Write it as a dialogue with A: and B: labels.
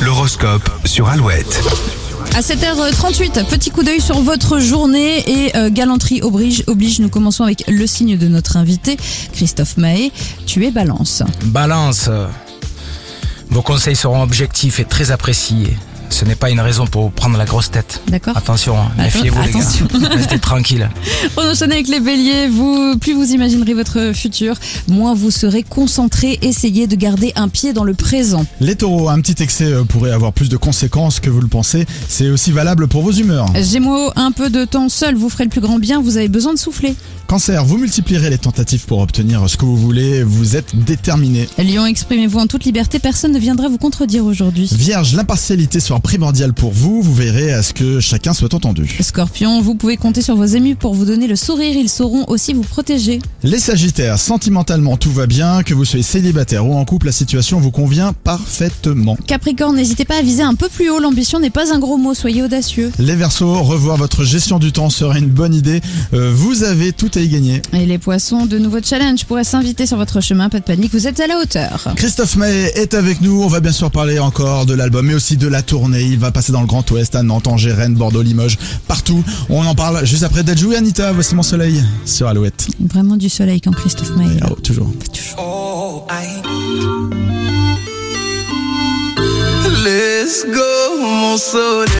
A: l'horoscope sur Alouette.
B: À 7h38, petit coup d'œil sur votre journée et euh, galanterie oblige, oblige. Nous commençons avec le signe de notre invité, Christophe Mahé. Tu es balance.
C: Balance. Vos conseils seront objectifs et très appréciés. Ce n'est pas une raison pour prendre la grosse tête.
B: D'accord.
C: Attention, hein, méfiez-vous les
B: attention.
C: gars. Restez tranquille.
B: On enchaîne avec les béliers. Vous, plus vous imaginerez votre futur, moins vous serez concentré. Essayez de garder un pied dans le présent.
D: Les taureaux, un petit excès euh, pourrait avoir plus de conséquences que vous le pensez. C'est aussi valable pour vos humeurs.
B: Gémeaux, un peu de temps seul vous ferez le plus grand bien. Vous avez besoin de souffler.
D: Cancer, vous multiplierez les tentatives pour obtenir ce que vous voulez. Vous êtes déterminé.
B: Lion, exprimez-vous en toute liberté. Personne ne viendra vous contredire aujourd'hui.
D: Vierge, l'impartialité sera primordiale pour vous. Vous verrez à ce que chacun soit entendu.
B: Scorpion, vous pouvez compter sur vos émus pour vous donner le sourire. Ils sauront aussi vous protéger.
D: Les sagittaires, sentimentalement tout va bien. Que vous soyez célibataire ou en couple, la situation vous convient parfaitement.
B: Capricorne, n'hésitez pas à viser un peu plus haut. L'ambition n'est pas un gros mot. Soyez audacieux.
D: Les Verseaux, revoir votre gestion du temps serait une bonne idée. Euh, vous avez tout à y gagner.
B: Et les poissons, de nouveaux challenges pourraient s'inviter sur votre chemin. Pas de panique, vous êtes à la hauteur.
D: Christophe Maé est avec nous. On va bien sûr parler encore de l'album, mais aussi de la tournée. Il va passer dans le Grand Ouest, à Nantes, Angers, Rennes, Bordeaux, Limoges, partout. On en parle juste après Dajou et Anita. Voici mon soleil sur Alouette.
B: Vraiment du soleil quand Christophe Maé. est là.
D: Ah, oh, toujours.
E: Oh, I. Let's go, mon soleil.